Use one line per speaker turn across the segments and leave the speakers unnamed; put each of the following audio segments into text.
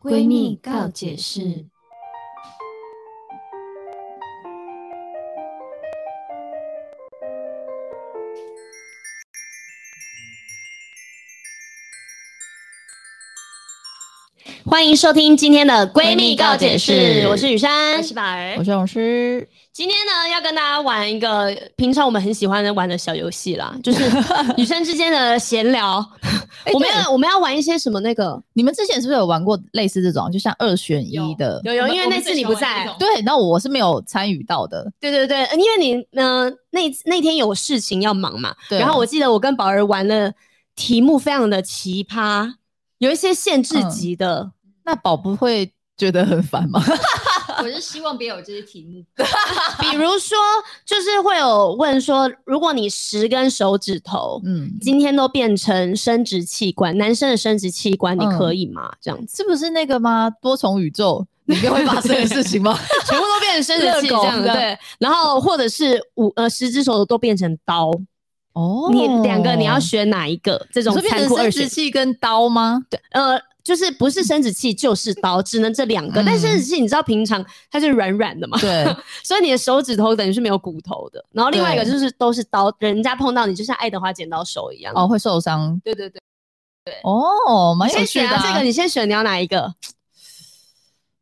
闺蜜告解释。
欢迎收听今天的闺蜜告解
闺蜜告解
释
释，
我是雨珊，
我是宝儿
我，是老师，
今天呢，要跟大家玩一个平常我们很喜欢玩的小游戏 啦，就是女生之间的闲聊。我们要我们要玩一些什么那个？
哎你们之前是不是有玩过类似这种，就像二选一的？
有有，
我们
因为那次你不在
我们最喜欢玩这，种
对，那我是没有参与到的。
对对对，因为你呢、呃、那那天有事情要忙嘛。
对
然后我记得我跟宝儿玩了题目非常的奇葩，有一些限制级的。
那宝不会觉得很烦吗？
我是希望别有这些题目。
比如说，就是会有问说，如果你十根手指头。
嗯，
今天都变成生殖器官，男生的生殖器官，你
嗯
可以吗？这样子。
是不是那个吗？多重宇宙里面会发生的事情 吗？
全部都变成生殖 器这样，
热狗
对。然后或者是五呃十只手都变成刀，
哦
你两个你要选哪一个？这
你
种
说变
残酷
成
二选
生殖器跟刀吗？对，
呃，就是不是生殖器就是刀，只能这两个。
嗯
但生殖器你知道平常它是软软的嘛，所以你的手指头等于是没有骨头的。然后另外一个
对
就是都是刀，人家碰到你就像爱德华剪刀手一样。
哦，会受伤。
对对对，
哦，蛮
你
有
先
趣
选
的
啊，这
啊、
个你先选，你要哪一个？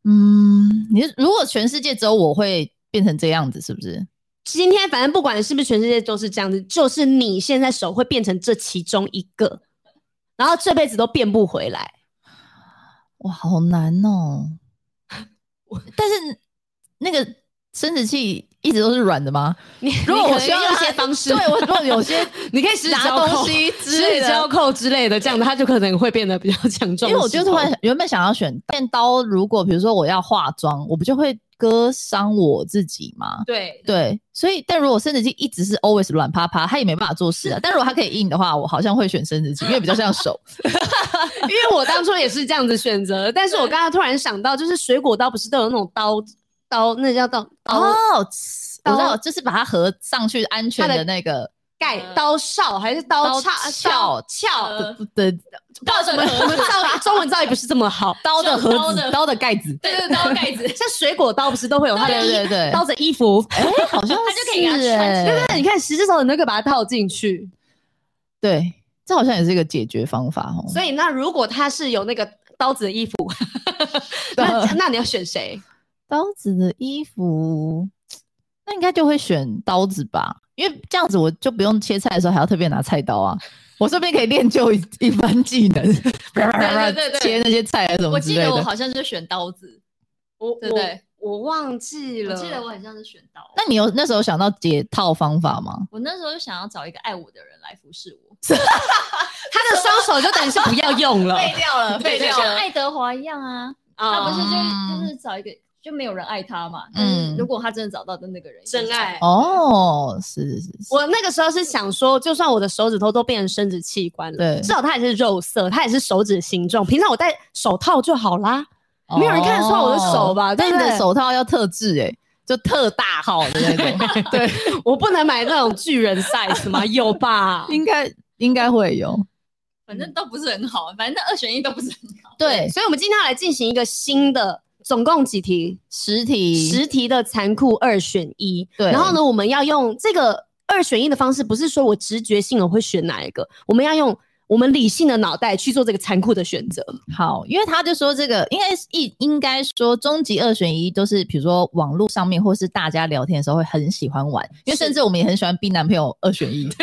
嗯，你如果全世界只有我会变成这样子，是不是？
今天反正不管是不是全世界都是这样子，就是你现在手会变成这其中一个，然后这辈子都变不回来。
哇，好 难哦！但是那个生殖器一直都是软的吗？
你
如
你
果
可
我
能
需要
用一
它
些方式，
对我如果 有些
你可以十指
拿
交扣
东西之类
十指交
的，
扣之类的，这样的它就可能会变得比较强
因
壮。
为我就突然，原本想要选电刀，如果比如说我要化妆，我不就会割伤我自己吗？
对
对，所以但如果生殖器一直是 always 软趴趴，它也没办法做事啊。但如果它可以硬的话，我好像会选生殖器，因为比较 像手。
因为我当初也是这样子选择，但是我刚刚突然想到，就是水果刀不是都有那种刀刀，那叫刀刀
哦，刺我知
刀
道，就是把它合上去安全
它的
的那个
盖、刀鞘还是刀
刀
叉、
鞘
鞘？
呃
的
刀的
我们我们造中文造诣不是这么好，
刀的
像
盒
刀
子
的、
刀的盖子。
对对， 刀盖子，
像水果刀不是都会有它的
啊对 对对
刀着衣服，哦欸
哎、好像
它就可以给它
是
穿
哎
对对，你看十只手你都可以把它套进去。
对，这好像也是一个解决方法哦。
所以那如果它是有那个刀子的衣服，那 那你要选谁？
刀啊子的衣服，那应该就会选刀子吧，因为这样子我就不用切菜的时候还要特别拿菜刀啊。我顺便可以练就一 一番技能，
对对对
切那些菜啊什么
我
之
记
类
得我
的。
好像是选刀子，
我
对不对
我忘记
我
了，
记得我很像是选刀。
那你有那时候想到解套方法吗？
我那时候想要找一个爱我的人来服侍我，
他的双手就等于是不要用了。
掉了
废
就
掉
像爱德华一样啊，
哦
他不是
嗯
就是就是找一个就没有人爱他嘛，但是
嗯
如果他真的找到的那个人，
真爱
哦，是是是，
我那个时候是想说，就算我的手指头都变成生殖器官了，
对
至少它也是肉色，它也是手指形状。平常我戴手套就好啦，没有人看得出来我的手吧
哦
对
但
不
你
对
的手套要特制哎、就特大号的那 种，对，
我不能买那种巨人 size 吗？有吧？
应该应该会有。
反正都不是很好，反正那二选一都不是很好。
对，
所以，我们今天要来进行一个新的，总共几题？
实体
十题的残酷二选一。
对
然后呢，我们要用这个二选一的方式，不是说我直觉性我会选哪一个，我们要用我们理性的脑袋去做这个残酷的选择。
好，因为他就说这个应该是一应该说终极二选一都是比如说网络上面或是大家聊天的时候会很喜欢玩，因为甚至我们也很喜欢逼男朋友二选一，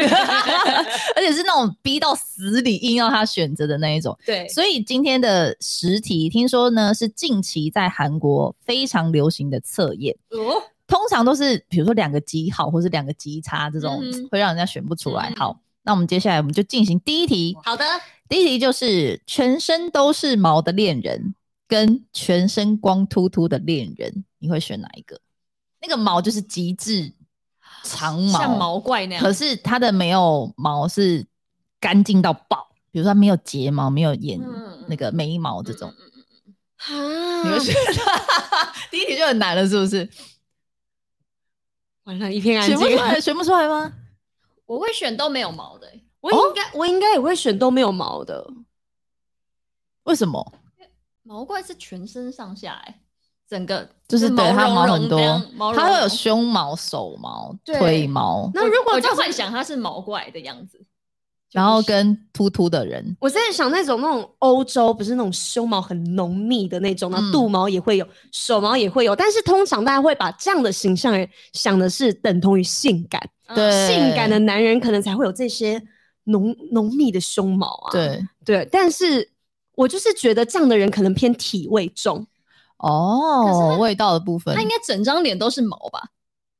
而且是那种逼到死里硬要他选择的那一种。
对
所以今天的实题听说呢是近期在韩国非常流行的测验。
哦，
通常都是比如说两个极好或是两个极差这种
嗯哼，
会让人家选不出来
嗯。哼
好，那我们接下来我们就进行第一题。
好的，
第一题就是全身都是毛的恋人跟全身光秃秃的恋人，你会选哪一个？那个毛就是极致长毛，
像毛怪那样
可，是它的没有毛是干净到爆，比如说它没有睫毛、没有眼、
嗯
那个眉毛这种，
嗯嗯嗯
啊
你会选？ 第一题就很难了，是不是？
完了，一片安
选
静
不。出来，选不出来吗？
嗯我会选都没有毛的、欸
我应该、我应该也会选都没有毛的，
为什么？
毛怪是全身上下、哎，整个
就是对
毛
它
茸
毛
茸
很
这
多
样，毛茸
它会有
茸
胸毛、手毛、
对
腿毛，
那如果
我
这
就
样
幻想它是毛怪的样子，
然后跟秃秃的人，
我在想那种那种欧洲，不是那种胸毛很浓密的那种，然后
嗯
肚毛也会有，手毛也会有，但是通常大家会把这样的形象想的是等同于性感，
嗯
对
性感的男人可能才会有这些浓浓密的胸毛啊。
对，
对，但是我就是觉得这样的人可能偏体味重。
哦，味道的部分
它，应该整张脸都是毛吧？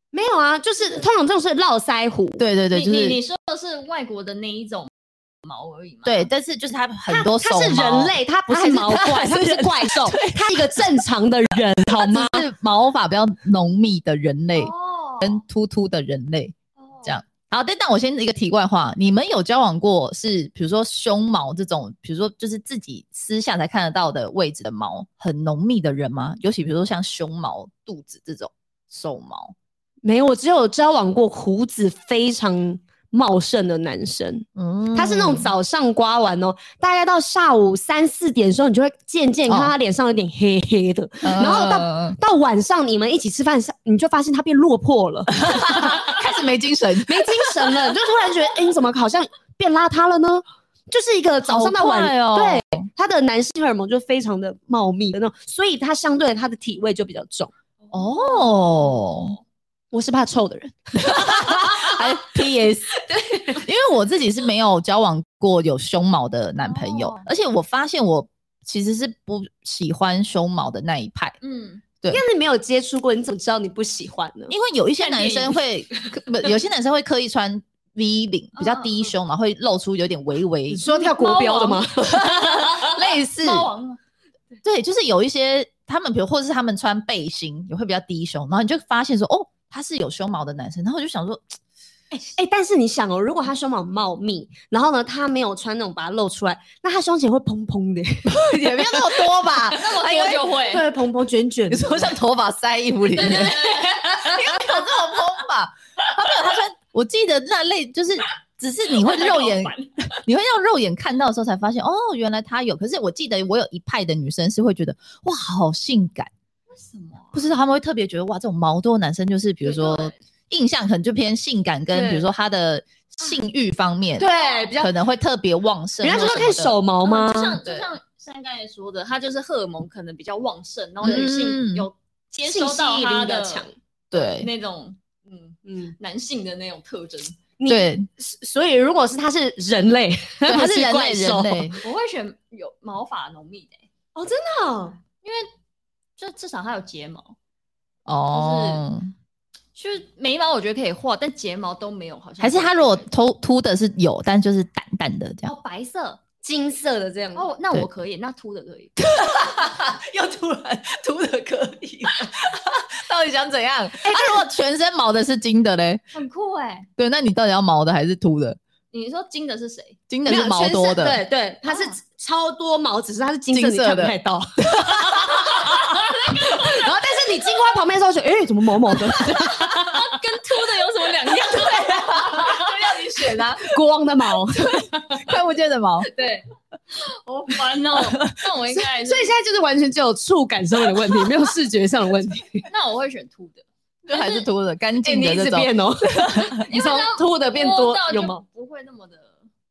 没有啊，就是通常这种是络腮胡，
对对对，
你
就
你
是
你说的是外国的那一种毛而已嘛？
对，，但是就是它很多手
它是
毛
人，类，它不
它
是
是
毛怪，它
它
不是
是
怪兽， 它是一个正常的人，好吗？
它只是毛发比较浓密的人类
哦，
跟秃秃的人类。这
这
样好，但但我先一个题外话，你们有交往过是比如说胸毛这种，比如说就是自己私下才看得到的位置的毛很浓密的人吗？尤其比如说像胸毛、肚子这种手毛，
没有，我只有交往过胡子非常茂盛的男生，
嗯
他是那种早上刮完哦，大概到下午三四点的时候，你就会渐渐
哦
看到他脸上有点黑黑的，
嗯，
然后
到
到晚上你们一起吃饭上，你就发现他变落魄 了，
开嗯始没精神，
没精神了，你就突然觉得，哎、你怎么好像变邋遢了呢？就是一个早上到晚，
好快哦
对他的男性荷尔蒙就非常的茂密的那种，所以他相对他的体味就比较重。
哦，
我是怕臭的人，
还 PS，因为我自己是没有交往过有胸毛的男朋友，
哦
而且我发现我其实是不喜欢胸毛的那一派。
嗯，
因为你没有接触过，你怎么知道你不喜欢呢？
因为有一些
看
男
电
生
影
会，不， 有些男生会刻意穿 V 领，比较低
嗯嗯嗯
胸嘛，会露出有点微微
你说跳国标的吗？
类似，
猫啊王
对，就是有一些他们，比如或者是他们穿背心也会比较低胸，然后你就发现说，哦，他是有胸毛的男生，然后我就想说，
哎、但是你想哦，如果他胸毛茂密，然后呢，他没有穿那种把它露出来，那他胸前会蓬蓬的，
也没有那么多吧，
那么多就会，
对，蓬蓬卷卷的。
你说像头发塞衣服里 面，有这么蓬吧？他没有，他穿，我记得那类就是。只是 你会 肉眼
好烦
你会用肉眼看到的时候才发现，哦，原来他有。可是我记得我有一派的女生是会觉得，哇，好性感，
为什么？啊
不知道他们会特别觉得，哇，这种毛多的男生就是，比如说
对
印象可能就偏性感，跟
对
比如说他的性欲方面，
对，比较
可能会特别旺盛
人
或
家
什
说
么的。
看手
哦
毛吗？
嗯就像就
对
像像刚才说的，它就是荷尔蒙可能比较旺盛，然后女性
嗯
有接
性
收
吸
到
引力
它
比较
的
强。
对
那种嗯
嗯，
男性的那种特征。
你
对，
所以如果是他是人 类，
对，他是人
怪
类
兽
人类，
我会选有毛发浓密的欸、
哦，真的哦、
就至少它有睫毛。
哦，
就是眉毛我觉得可以画，但睫毛都没有，好像
还是他如果秃秃的是有，但就是淡淡的这样。
哦白色
金色的这样哦，
哦，那
对
我可以，那秃的可 以。
又突然秃的可以，到底想怎样？哎、如果全身毛的是金的嘞，
很酷哎、
对，那你到底要毛的还是秃的？
你说金的是谁？
金的
没有
是毛
全
多
身
的， 啊
对对，它是
哦
超多毛，只是它是金色，
金
你
色
看不
的
太 到。 然后，但是你经过它旁边的时候，觉得哎、怎么毛毛的？
跟秃的有什么两 样？啊
让你选啊，
光的毛，所
看不见的 毛。
对， 好烦 哦、那我应该还是，
以现在就是完全只有触感上面的问题，没有视觉上的问题。
那我会选秃的，
就还是秃的，干
哎
净的
一直
这种。
变 哦，你从秃的变多
摸到
有
就
毛。
不会那么的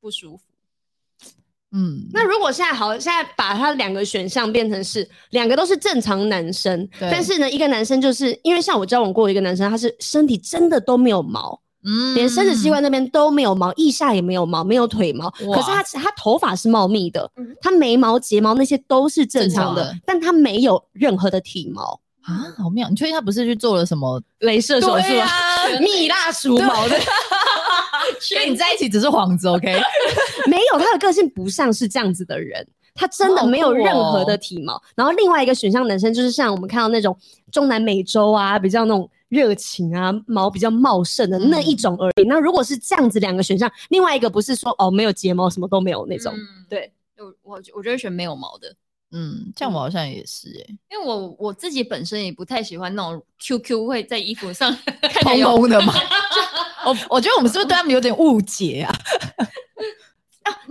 不舒服。
嗯，
那如果现在好，现在把它两个选项变成是两个都是正常男生，
对
但是呢，一个男生就是因为像我交往过一个男生，他是身体真的都没有毛，
嗯
连生殖器官那边都没有毛，腋下也没有毛，没有腿毛，可
哇
是他他头发是茂密的
嗯，
他眉毛、睫毛那些都是正常的
正常的，
但他没有任何的体毛，
啊，好妙！你确定他不是去做了什么
镭射手术
对
啊，
啊？
蜜蜡除毛的，
跟你在一起只是幌子，OK？
没有，他的个性不像是这样子的人，他真
哦
的没有任何的体毛。然后另外一个选项男生就是像我们看到那种中南美洲啊，比较那种热情啊，毛比较茂盛
嗯
的那一种而已。那如果是这样子两个选项，另外一个不是说哦没有睫毛什么都没有那种，
嗯
对，
我我我就会选没有毛的，
嗯，这样我好像也是哎，
因为我我自己本身也不太喜欢那种 QQ 会在衣服 上看起来
蓬
有
蓬的嘛。 我我觉得我们是不是对他们有点误解啊？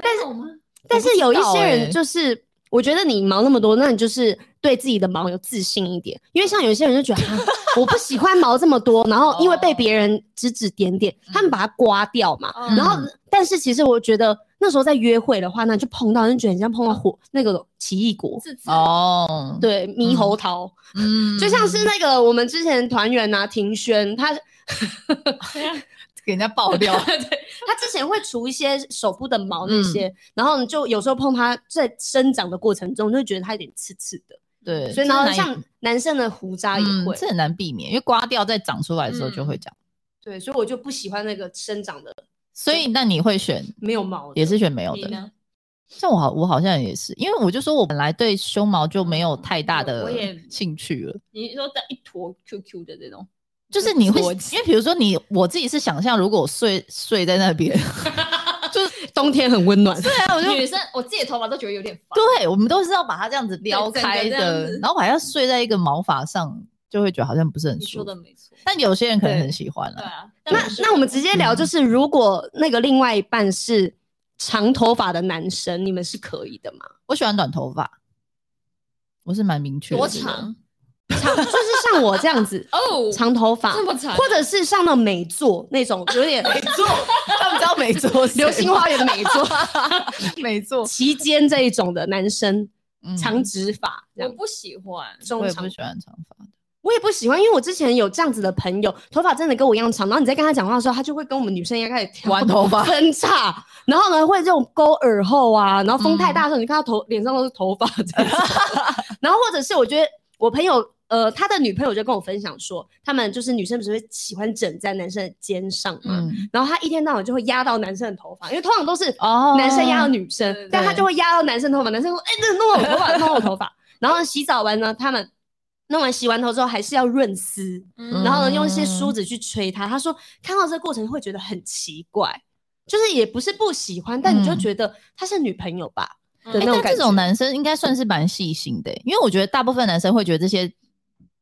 但是我们欸
但是有一些人就是。我我觉得你毛那么多，那你就是对自己的毛有自信一点。因为像有些人就觉得， 啊、我不喜欢毛这么多，然后因为被别人指指点点，他们把它刮掉嘛。
哦
然后
嗯，
但是其实我觉得那时候在约会的话，那你就碰到，你就觉得你像碰到火那个奇异果，
自己
哦，
对，猕猴桃，
嗯
就像是那个我们之前团员呐、庭轩，他
给人家爆料，
他之前会除一些手部的毛
嗯
那些，然后你就有时候碰它在生长的过程中，就会觉得它有点刺刺的，
对，
所以
这
然后
难以
像男生的胡渣也
嗯
会，
这很难避免，因为刮掉再长出来的时候就
嗯
会长。
对，所以我就不喜欢那个生长的
所以那你会选
没有毛的，
也是选没有
你
的？
呢？
像我好，我好像也是，因为我就说我本来对胸毛就没有太大
我
的
我也
兴趣了。
你说在一坨 QQ 的这种，
就是你会，
逻
因为比如说你，我自己是想象，如果我睡睡在那边，
冬天很 温暖，
对啊，我就
女生我自己的头发都觉得有点烦。
啊
对，我们都是要把它这样子撩
整个
开
这样
的
子，
然后我还要睡在一个毛发上，就会觉得好像不是很
你
舒
说
服。
的没错，
但有些人可能
对
很喜欢
对
了，
啊。但
嗯那
是
那我们直接
嗯
聊，就是如果那个另外一半是长头发的男生，你们是可以的吗？
我喜欢短头发，我是蛮明确的。
多长？
长就是像我这样子
哦，
长头发，
这么长
或者是像那种美作那种有点
他们知道美作
流星花园的美 作，
美 作，
齐肩这一种的男生，
嗯
长直发这
我
样。
不喜欢，
中
我也
长
不喜欢长发的。
我也不喜欢，因为我之前有这样子的朋友，头发真的跟我一样长，然后你在跟他讲话的时候，他就会跟我们女生一样开始挑
玩头发
分叉，然后呢会这种勾耳后啊，然后风太大的时候，你看他头脸上都是头发这样子然后或者是我觉得我朋友呃他的女朋友就跟我分享说，他们就是女生不是会喜欢枕在男生的肩上嘛，
嗯，
然后他一天到晚就会压到男生的头发，因为通常都是
哦
男生压到女生，
对
但他
对
就会压到男生头发，男生说：“哎、这弄我头发，弄我头发。”然后洗澡完呢，他们弄完洗完头之后还是要润丝，
嗯
然后呢用一些梳子去吹它。他说看到这个过程会觉得很奇怪，就是也不是不喜欢，但你就
嗯
觉得她是女朋友吧？
嗯
的
欸
那哎种
但
感
这种
觉
男生应该算是蛮细心的欸、因为我觉得大部分男生会觉得这些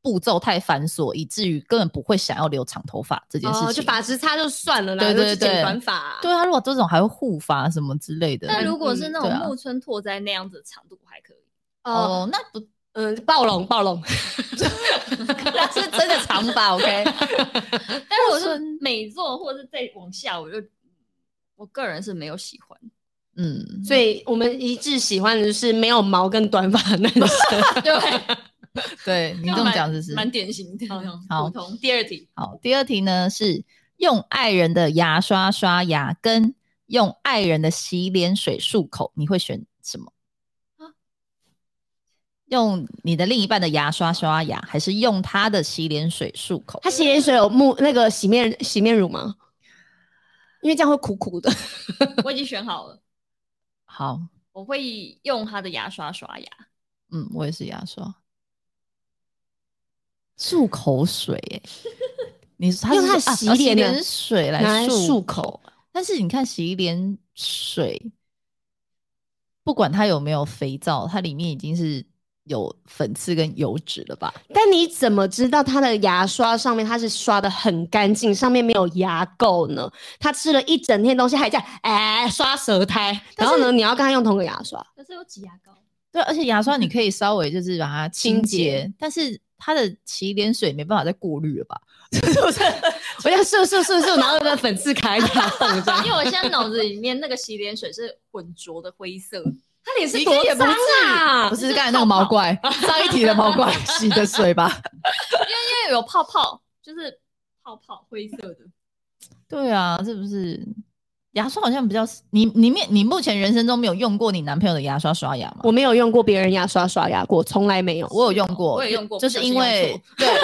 步骤太繁琐，以至于根本不会想要留长头发这件事情。
哦，就发质差就算了啦，
对对
就去剪
对
短发、
对啊，如果这种还会护发什么之类的，
但如
嗯
果是那种
对啊
木村拓哉那样子的长度，我还可以。
哦，
哦，那 不
嗯，暴龙暴龙，
那是真的长发，OK？
但如果是美作或者是再往下，我就我个人是没有喜欢。
嗯，
所以我们一致喜欢的就是没有毛跟短发的男 生。
对，
对你这
就
种
蛮
讲就是
蛮典型的那种
好
普通。第二题，
好。第二题呢是用爱人的牙刷刷牙，跟用爱人的洗脸水漱口，你会选什么
啊？
用你的另一半的牙刷刷牙，还是用他的洗脸水漱口？
它洗脸水有沐那个洗面洗面乳吗？因为这样会苦苦的。
我已经选好了，
好，
我会用他的牙刷刷牙。
嗯，我也是牙刷， 漱口水、欸，你他
用
是
它
说啊
洗
啊
脸的
脸水来
拿来漱
漱
口，
但是你看洗脸水，不管它有没有肥皂，它里面已经是有粉刺跟油脂了吧？
但你怎么知道它的牙刷上面它是刷的很干净，上面没有牙垢呢？它吃了一整天东西还在哎刷舌苔，然后呢你要跟它用同个牙刷，
可是有挤牙膏，
对，而且牙刷你可以稍微就是把它
清
清
洁
洁，但是它的洗脸水没办法再过滤了吧？
啊我要漱漱漱漱，然后那粉刺卡一卡缝这样
因。为我现在脑子里面那个洗脸水是浑浊的灰色，
它脸是
你
多
这也不
脏啊！
不是刚才那个毛 怪，上一题的毛怪洗的水吧？
因为有泡泡，就是泡泡灰色的。
对啊，是不是？牙刷好像比较你你面你目前人生中没有用过你男朋友的牙刷刷牙吗？
我没有用过别人牙刷刷牙过，从来没有。
我有用过，
我也用过
就是
不小心
因为
用
对对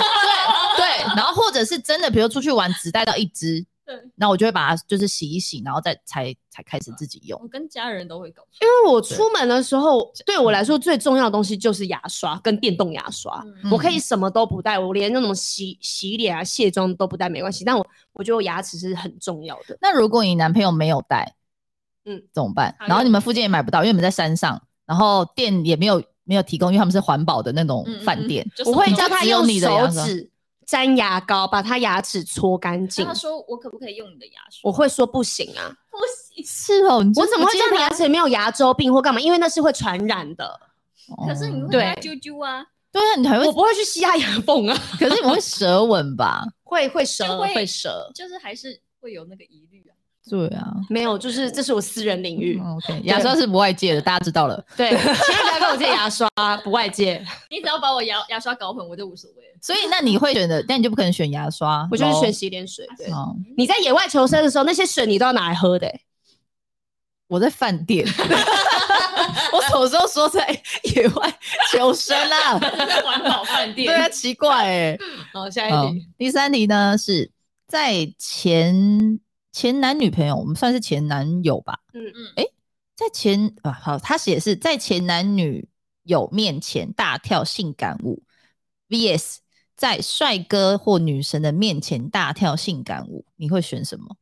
对，然后或者是真的，比如出去玩只带到一支，
对，
那我就会把它就是洗一洗，然后再才才开始自己用。
我跟家人都会搞错。
因为我出门的时候，对我来说最重要的东西就是牙刷跟电动牙
啊
刷。
嗯
我可以什么都不带，我连那种洗洗脸啊、卸妆都不带，没关系。但我我觉得我牙齿是很重要的。
那如果你男朋友没有带，
嗯
嗯，怎么办？
他
然后
用
你们附近也买不到，因为你们在山上，然后店也没有没有提供，因为他们是环保的那种
嗯嗯
饭
嗯
店。
就
我
什么
会
都
叫
就
他
只有
用
你的啊
手
牙刷
指沾牙膏，把他牙齿搓干净
然
啊
后。他说我可不可以用你的牙刷？
我会说不行啊，
不行，
是哦，你真
我
的
怎么会
不记
叫
得
你
他
牙齿没有牙周病或干嘛？因为那是会传染的。
哦
可是你会
对
跟他啾啾啊，
对啊，你还会
我，不会去吸他牙缝 啊，
可是你们会舌吻吧？
会会折
就会
会折，
就是还是会有那个疑虑啊。
对啊。
没有，就是这是我私人领域，
嗯 OK，牙刷是不外借的，大家知道了。
对，千万不要跟我借牙刷，不外借，
你只要把我牙牙刷搞混，我就无所谓了。
所以那你会选的，但你就不可能选牙刷，
我就是
咯
选洗脸水。对，
哦
你在野外求生的时候，那些水你都要拿来喝的、欸
我在饭店， 我什么时候说在野外求生啊啦、
这是 环保饭 店
对啊，奇怪哎、
好，下
欸。好，第三题呢是在前前男女朋友，我们算是前男友吧？
嗯
嗯
哎、在前啊好，他写的是在前男女友面前大跳性感舞，VS 在帅哥或女神的面前大跳性感舞，你会选什么？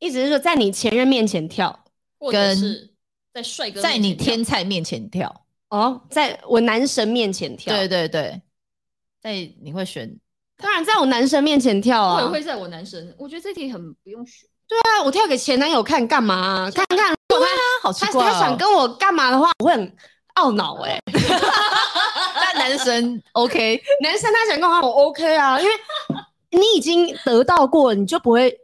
一直是说在你前任面前跳
或者
跟
是在帅哥
在你
面前
天菜面前跳？
哦，在我男神面前跳，
对，对对，在你会选
当然在我男神面前跳
跳，我
啊
也。会在我男神。我觉得这题很不用选，
对啊，我跳给前男友看干嘛啊、看看
他好奇
他
怪、哦
他想跟我干嘛的话，我会很懊恼哎、
但男生 OK，
男生他想干嘛我 OK 啊，因为你已经得到过，你就不会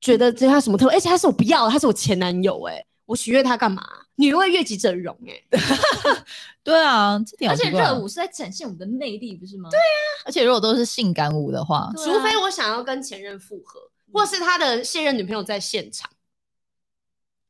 觉得对他什么特别，而且他是我不要的，他是我前男友哎、我取悦他干嘛？女为悦己者容哎、
啊对啊，这点好
而且
奇怪
热舞，是在展现我们的魅力，不是吗？对啊，
而且如果都是性感舞的话，
对啊
除非我想要跟前任复合，
嗯
或是他的现任女朋友在现场，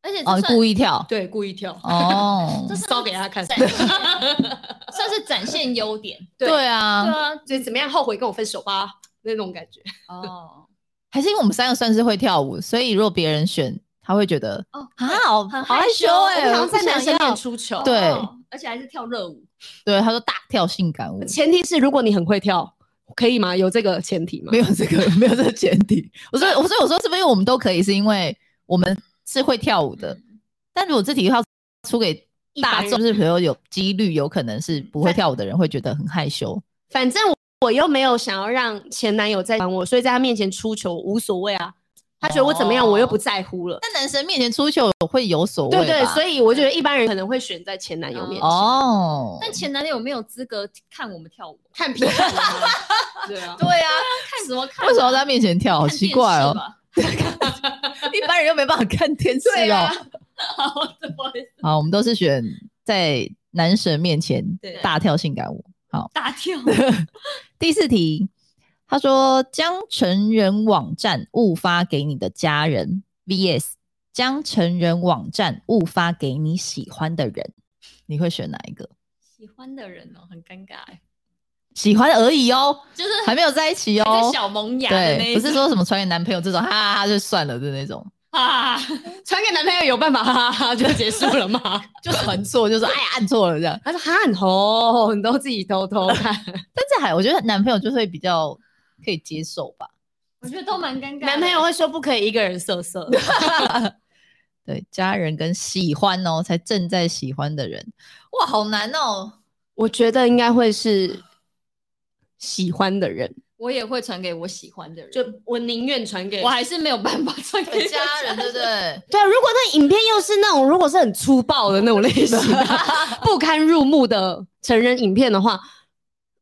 而且
哦，
这
你
算
故意跳
对，故意跳，
哦
这，是
骚给他看
展现 算是展现优点。
对
对
对
啊，
啊，
就怎么样后悔跟我分手吧那种感觉。
哦，
还是因为我们三个算是会跳舞，所以如果别人选，他会觉得
哦
啊，好
很
好害
害
羞
羞
哎、
我
欸，
好像
我不
在啊男
想
生
要
面。出糗，
对
哦，而且还是跳热舞，
对，他说大跳性感舞，
前提是如果你很会跳，可以吗？有这个前提吗
没？有这个， 没有这个前提。我说，我所以我说，是不是因为我们都可以，是因为我们是会跳舞的？但如果这题要出给大众，就是比如说有几率有可能是不会跳舞的人会觉得很害羞。
反正我我又没有想要让前男友再管我，所以在他面前出糗无所谓啊。他觉得我怎么样，
哦
我又不在乎了。
但男生面前出糗会有所谓吧，
对对，所
以
以我觉得一般人可能会选在前男友面前、
哦，
但前男友没有资格看我们跳舞，
看皮看啊。 对啊，
对啊，
看什么看啊？
为什么在他面前跳？好
看
奇怪
电视
哦，
吧？
一般人又没办法看电视
对
哦
啊。
好，不好意思，
好，我们都是选在男神面前
对
大跳性感舞。
大跳。
第四题，他说将成人网站误发给你的家人 vs 将成人网站误发给你喜欢的人，你会选哪一个？
喜欢的人哦，很尴尬哎，
喜欢而已哦，
就是
还没有在一起
还在
哦。
小萌芽的那
对，
一
不是说什么传给男朋友这种，哈哈哈就算了的那种，
啊，
传给男朋友有办法，哈哈哈就结束了吗？
就传错，就说哎呀按错了这 样。
他说喊吼，你都自己偷偷看。
但这还我觉得男朋友就会比较可以接受吧。
我觉得都蛮尴尬的。
男朋友会说不可以一个人色色，
对，家人跟喜欢哦，才正在喜欢的人，哇，好难哦。
我觉得应该会是喜欢的人，
我也会传给我喜欢的人，
就我宁愿传给
我还是没有办法传给
家人对不对？
对啊，如果那影片又是那种如果是很粗暴的那种类 型的不堪入目的成人影片的话，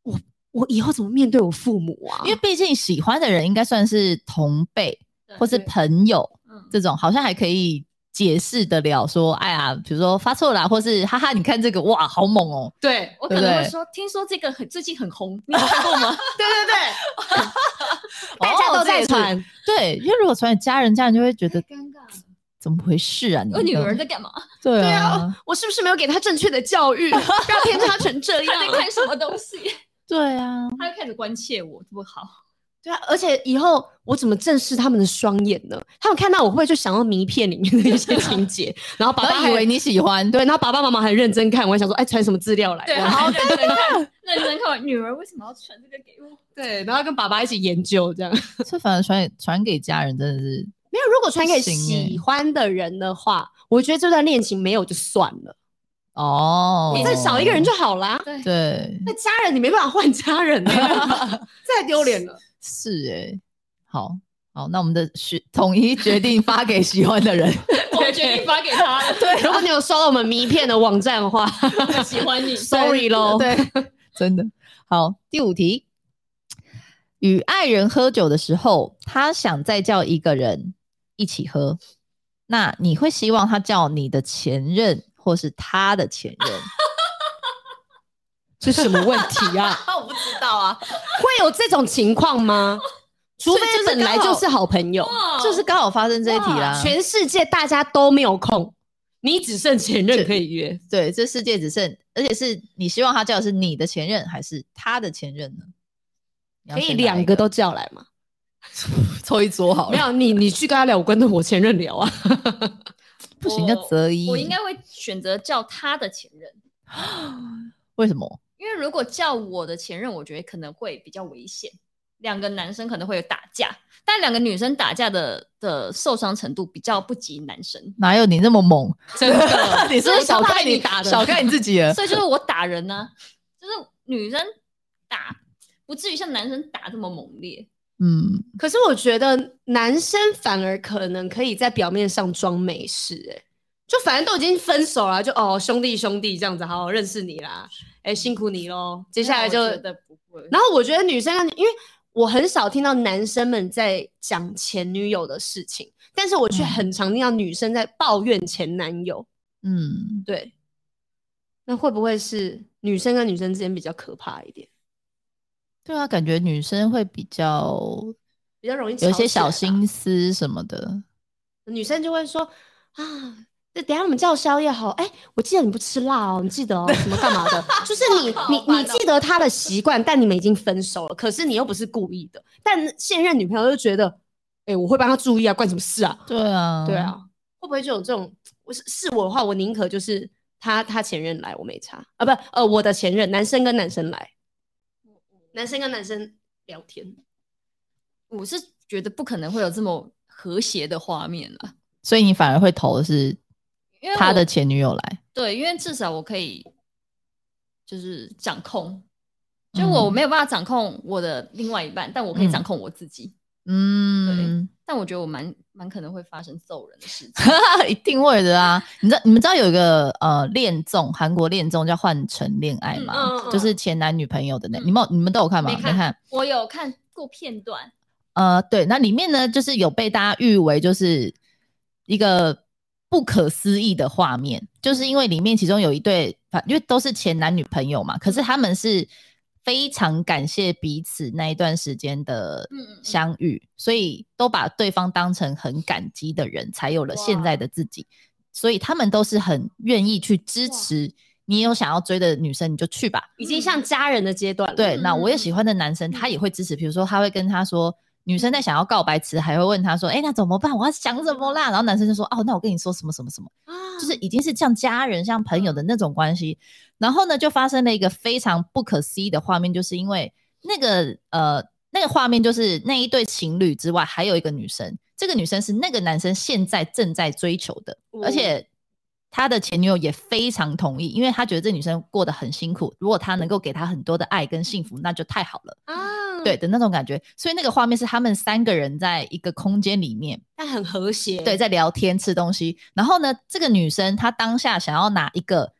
我我以后怎么面对我父母啊？
因为毕竟喜欢的人应该算是同辈
对
或是
对
朋友
嗯
这种，好像还可以解释得了说，哎呀，比如说发错啦，或是哈哈，你看这个哇，好猛哦。
对
我
对不
可能会
对
说，听说这个很最近很红， 你有看过吗？
对对对， 大家
哦
都
这也
在
是
传，
对，因为如果传给家人，家人就会觉得
尴
啊
尬了，
怎么回事啊？你
我女
们
儿在干嘛？
对
对
啊
啊，我是不是没有给他正确的教 育，要变成他成这
她在
样？
看什么东西？
对啊，
她又开始关切我，不好。
对啊，而且以后我怎么正视他们的双眼呢？他们看到我会不会就想到迷片里面的一些情 节，然后爸
然
爸
后
还
以为你喜欢，
对，然后爸爸妈妈还认真看，我还想说，哎，传什么资料来？
对，
然后
好认真看，认真看我女儿为什么要传这个给 我？
对，然后跟爸爸一起研究这样。
这反而传给传给家人真的是
没有，如果传给
不行欸
喜欢的人的话，我觉得这段恋情没有就算了，
哦，
再少一个人就好啦。
对，
对，
那家啊 人你没办法换家人、欸，太丢脸了。
是哎、好，好，那我们的选统一决定发给喜欢的人。
我决定发给他了，
对，啊如果你有收到我们迷片的网站的 话
我喜欢你。
，sorry 喽。
对，真的。好，第五题，与爱人喝酒的时候，他想再叫一个人一起喝，那你会希望他叫你的前任或是他的前任？
这是什么问题啊？
啊，我不知道啊，
会有这种情况吗？除非
所以就是
本来
刚好
就是好朋友，
哇
就是刚好发生这一题啦。
全世界大家都没有空，你只剩前任可以约。
对，这世界只剩，而且是你希望他叫的是你的前任还是他的前任呢？你要
可以
选哪一
两个都叫来嘛？
凑一桌好
没
了，
有，你你去跟他聊，我跟我前任聊啊。
不行就择一。
我应该会选择叫他的前任，
为什么？
因为如果叫我的前任，我觉得可能会比较危险，两个男生可能会有打架，但两个女生打架的的受伤程度比较不及男生，
哪有你那么猛？
真的
你是不是小 看
你
你
打的，
小看你自己
呃
了？
所以就是我打人呢、就是女生打不至于像男生打这么猛烈，
嗯，
可是我觉得男生反而可能可以在表面上装没事、欸，就反正都已经分手了，就哦兄弟兄弟这样子，好认识你啦，哎、辛苦你喽。接下来就，
那我觉得不会，
然后我觉得女生，因为我很少听到男生们在讲前女友的事情，但是我却
嗯
很常听到女生在抱怨前男友。
嗯，
对，那会不会是女生跟女生之间比较可怕一点，
对啊，感觉女生会比较
比较容易吵
有一些
起来
小啊
吧
心思什么的。
女生就会说啊，那等一下我们叫宵夜好，哎、我记得你不吃辣哦，你记得哦，什么干嘛的？就是你
好
你
烦
你
哦
记得他的习惯，但你们已经分手了，可是你又不是故意的，但现任女朋友就觉得，哎、我会帮他注意啊，关你什么事啊？
对啊，
对，啊，会不会就有这种？我是是我的话，我宁可就是他他前任来，我没差啊，不呃我的前任，男生跟男生来，男生跟男生聊天，
我是觉得不可能会有这么和谐的画面啊了，
所以你反而会投的是
因为
他
我
的前女友来。
对，因为至少我可以就是掌控，就我
嗯
没有办法掌控我的另外一半，但我可以掌控我自己。
嗯，
但我觉得我蛮蛮可能会发生揍人的事情。
一定会的啊！你知道你们知道有一个呃恋综，韩国恋综叫《换乘恋爱》吗？
嗯嗯嗯
就是前男女朋友的那，
嗯
你们有你们都有看吗？
没看我有看过片段，
呃，对，那里面呢，就是有被大家誉为就是一个不可思议的画面，就是因为里面其中有一对，反因为都是前男女朋友嘛，可是他们是非常感谢彼此那一段时间的
嗯嗯嗯
相遇，所以都把对方当成很感激的人，才有了现在的自己。所以他们都是很愿意去支
哇
持你有想要追的女生，你就去吧。
已经像家人的阶段了。
对，那我也
嗯
喜欢的男生，他也会支持。比如说，他会跟他说，女生在想要告白时，还会问他说：“哎、那怎么办？我要想什么啦？”然后男生就说：“哦，那我跟你说什么什么什么。”
啊，
就是已经是像家人、像朋友的那种关系。然后呢，就发生了一个非常不可思议的画面，就是因为那个呃，那个画面就是那一对情侣之外，还有一个女生。这个女生是那个男生现在正在追求的，而且他的前女友也非常同意，因为他觉得这女生过得很辛苦，如果他能够给她很多的爱跟幸福，那就太好了，
啊，
对，的那种感觉。所以那个画面是他们三个人在一个空间里面，
但很和谐。
对，在聊天吃东西。然后呢，这个女生她当下想要拿一个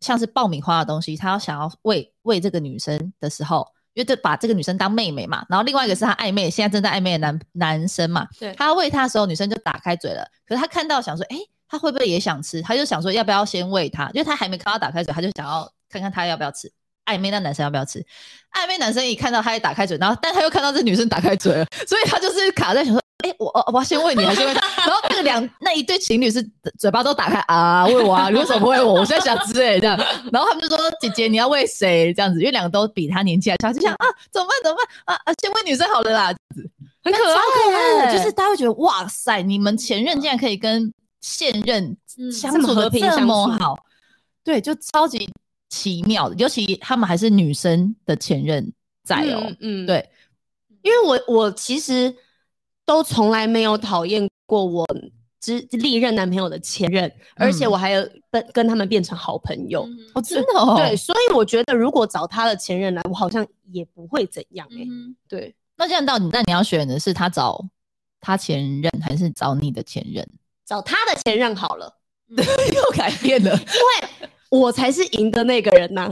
像是爆米花的东西，她要想要喂喂这个女生的时候，因为这把这个女生当妹妹嘛，然后另外一个是她暧昧，现在正在暧昧的男男生嘛，
对
她喂她的时候，女生就打开嘴了，可是她看到想说，诶，她会不会也想吃？她就想说要不要先喂她，因为她还没看到打开嘴，她就想要看看她要不要吃。暧昧那男生要不要吃？暧昧男生一看到她也打开嘴，然后但他又看到这女生打开嘴了，所以他就是卡在想说，哎、我我我要先喂你，还是喂你？然后那个两那一对情侣是嘴巴都打开啊，喂我啊，你为什么不喂我？我现在想吃哎、这样。然后他们就说姐姐你要喂谁这样子，因为两个都比他年纪还小，就想啊怎么办怎么办啊啊先喂女生好了啦，
很可爱
对，就是大家会觉得哇塞，你们前任竟然可以跟现任
嗯
相
这么
处的
和平
这
相
么
处
好，对，就超级奇妙的，尤其他们还是女生的前任在哦，
嗯，嗯
对，
因为我我其实都从来没有讨厌过我之历任男朋友的前任，而且我还有跟跟他们变成好朋友。
嗯
哦，真的哦，
对，所以我觉得如果找他的前任来，我好像也不会怎样哎、
嗯
对，
那这样到你，但你要选的是他找他前任还是找你的前任？
找他的前任好了，
又改变了，
我才是赢的那个人呐、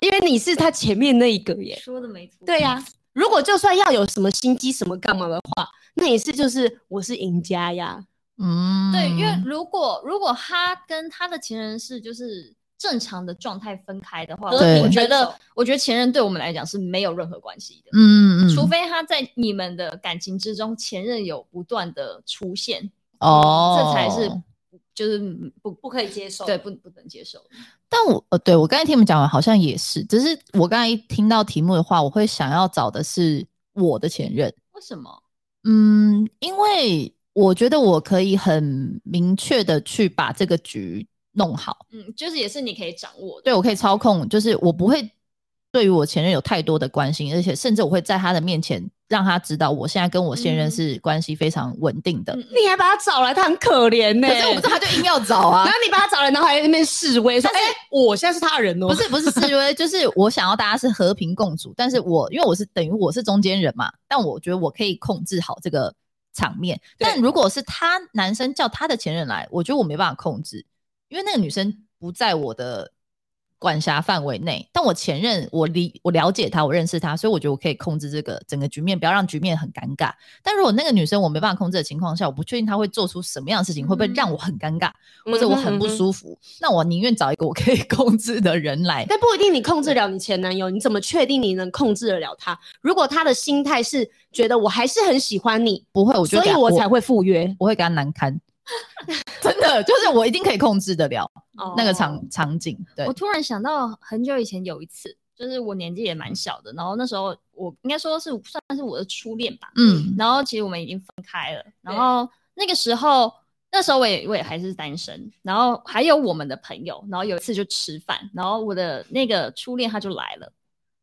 因为你是他前面那一个耶。
说的没错。
对呀、如果就算要有什么心机什么干嘛的话，那也是就是我是赢家呀。
嗯，
对，因为如果如果他跟他的前任是就是正常的状态分开的话，我
对
我觉
分
得
手
我觉得前任对我们来讲是没有任何关系的。
嗯嗯，
除非他在你们的感情之中，前任有不断的出现，
哦，
这才是就是不不
可以接受
对不不能接受。
但我呃，对我刚才听你们讲完，好像也是，只是我刚才一听到题目的话，我会想要找的是我的前任。
为什么？
嗯，因为我觉得我可以很明确的去把这个局弄好，
嗯，就是也是你可以掌握的。
对我可以操控，就是我不会对于我前任有太多的关心，而且甚至我会在他的面前让他知道我现在跟我现任
嗯
是关系非常稳定的。
嗯
你还把他找来，他很可怜欸呢、
可是我不知道，他就硬要找 啊
然后，你把他找来，然后还在那边示威说：“哎、我现在是他的人哦。”
不，是不是示威，就是我想要大家是和平共处，但是我因为我是等于我是中间人嘛，但我觉得我可以控制好这个场面。
对
但如果是他男生叫他的前任来，我觉得我没办法控制，因为那个女生不在我的管辖范围内。但我前任，我理我了解他，我认识他，所以我觉得我可以控制这个整个局面，不要让局面很尴尬。但如果那个女生我没办法控制的情况下，我不确定她会做出什么样的事情，会不会
嗯
让我很尴尬，或者我很
嗯
不
哼嗯哼
舒服？那我宁愿找一个我可以 控制的人来。
但不一定你控制得了你前男友，你怎么确定你能控制得了他？如果他的心态是觉得我还是很喜欢你，
不会，我觉得
所以我才会赴约。
我会给他难堪， 真的就是我一定可以控制得了
哦
哦
那个场、场景。对
我，突然想到很久以前有一次，就是我年纪也蛮小的，然后那时候我应该说是算是我的初恋吧。
嗯
然后其实我们已经分开了，然后那个时候，那时候我也我也还是单身，然后还有我们的朋友，然后有一次就吃饭，然后我的那个初恋他就来了，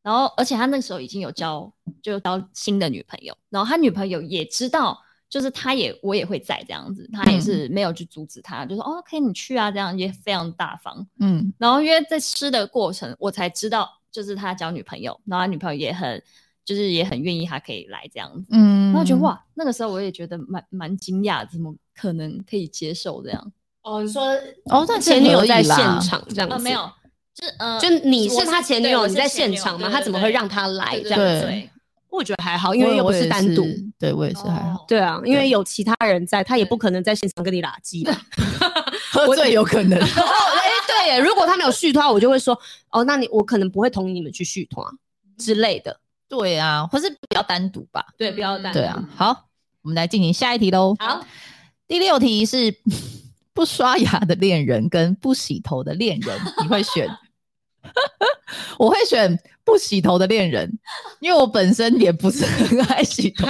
然后而且他那时候已经有交就交新的女朋友，然后他女朋友也知道。就是他也我也会在这样子，他也是没有去阻止他，就说哦，可以你去啊，这样也非常大方。
嗯
然后因为在吃的过程，我才知道就是他交女朋友，然后他女朋友也很就是也很愿意他可以来这样子。
嗯
然后我觉得，哇，那个时候我也觉得蛮蛮惊讶，怎么可能可以接受这样？
哦，你说
哦，但
前女友在现场这样子、
啊，没，有，就是呃，
就你
我
是
是
他前女
对
友，
我
你
是
在
前
现
女友
场吗？
对
他
对
怎么
对
会让他来
对
这
对
样
对
子？
对，
我觉得还好，
我，
因为又不
我也
是单独。
对我也是还好，
哦
对啊，因为
对
有其他人在，他也不可能在现场跟你拉鸡吧。
喝醉有可能。
哦，哎、对耶，如果他没有续团，我就会说，哦，那你我可能不会同意你们去续团之类的。
对啊，或是比较单独吧。
对，
不要 单
对啊，好，我们来进行下一题喽。
好，
第六题是 不刷牙的恋人跟不洗头的恋 人，你会选？我会选不洗头的恋人，因为我本身也不是很爱洗 头。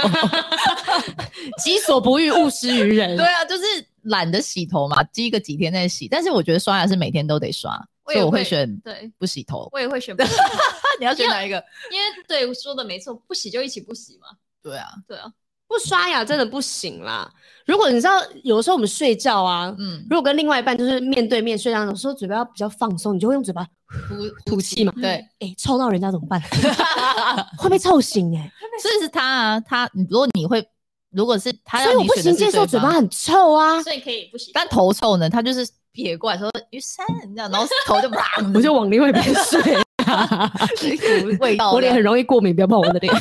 己所不欲，勿施于人。
对啊，就是懒得洗头嘛，积个几天再洗。但是我觉得刷牙是每天都得刷，
我
所以
也
我会
会
选
对
不洗头。
我也会选不洗，
那你要选哪一个？
因为对我说的没错，不洗就一起不洗嘛。
对啊，
对啊，
不刷牙真的不行啦。如果你知道，有时候我们睡觉啊，
嗯，
如果跟另外一半就是面对面睡觉，有时候嘴巴要比较放松，你就会用嘴巴
呼
吐气嘛。
对，
哎、臭到人家怎 么办？会被臭醒哎、
所以是他啊，他如果你会，如果是他，
所以我不行接受嘴巴，很臭啊，
所以可以不洗。
但头臭呢，他就是撇过来说雨山这样，然后头就 啪，
我就往另外一边 睡。
味道，嗯
我脸很容易过敏，不要碰我的脸。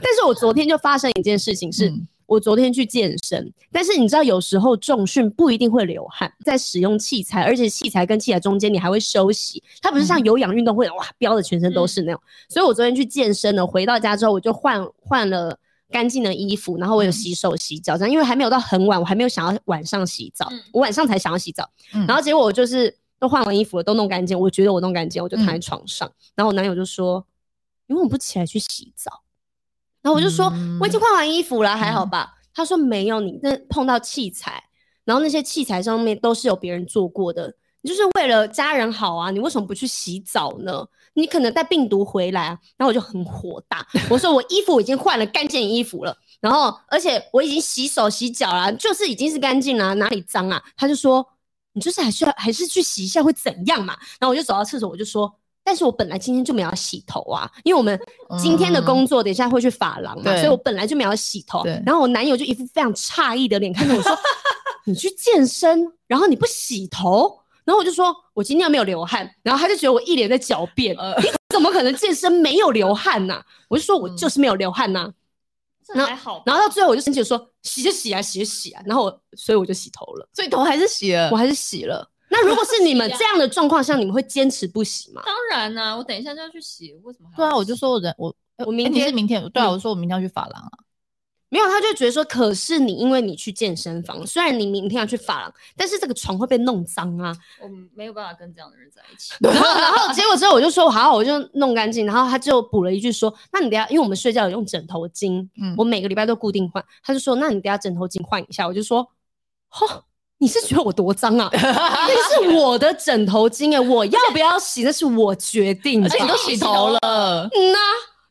但是我昨天就发生一件事情是，
嗯
我昨天去健身，但是你知道，有时候重训不一定会流汗，在使用器材，而且器材跟器材中间你还会休息，它不是像有氧运动会哇飙的全身都是那种。所以我昨天去健身了，回到家之后我就换换了干净的衣服，然后我有洗手洗脚，这样因为还没有到很晚，我还没有想要晚上洗澡
嗯，
我晚上才想要洗澡，
嗯
然后结果我就是都换完衣服了，都弄干净，我觉得我弄干净，我就躺在床上，然后我男友就说：“你为什么不起来去洗澡？”然后我就说：“
嗯
我已经换完衣服了，还好吧？”他说：“没有，你那碰到器材，然后那些器材上面都是有别人做过的，你就是为了家人好啊，你为什么不去洗澡呢？你可能带病毒回来啊。”然后我就很火大，我说：“我衣服已经换了干净的衣服了。”然后，而且我已经洗手洗脚啦，就是已经是干净啦，哪里脏啊？他就说你就是还需要还是去洗一下会怎样嘛？然后我就走到厕所，我就说但是我本来今天就没有要洗头啊，因为我们今天的工作等一下会去发廊嘛，
嗯对
所以我本来就没有要洗头
对。
然后我男友就一副非常诧异的脸看着我说：“ 你去健身，然后你不洗头？”然后我就说：“我今天没有流汗。”然后他就觉得我一脸在狡辩，
呃
你怎么可能健身没有流汗呐、我就说：“
嗯
我就是没有流汗呐、
这还好吧。
然后到最后我就生气地说：“洗就洗啊，洗就洗啊。”然后我所以我就洗头了，
所以头还是洗了
我。还是洗了。那如果是你们
洗啊
这样的状况下，你们会坚持不洗吗？
当然啦、我等一下就要去洗，为什么还要
对
洗？
啊，我就说我人我
我哎明
你
天
是明天对啊，我说我明天要去发廊啊。
没有，他就觉得说，可是你因为你去健身房，虽然你明天要去发廊，但是这个床会被弄脏啊。
我没有办法跟这样的人在一起。
然后，然后结果之后我就说好，我就弄干净。然后他就补了一句说，那你等一下，因为我们睡觉有用枕头巾，
嗯
我每个礼拜都固定换。他就说，那你等一下枕头巾换一下。我就说，吼，你是觉得我多脏啊？ 那是我的枕头巾哎、我要不要洗那是我决定的。
而哎且你都洗头了，
嗯呐、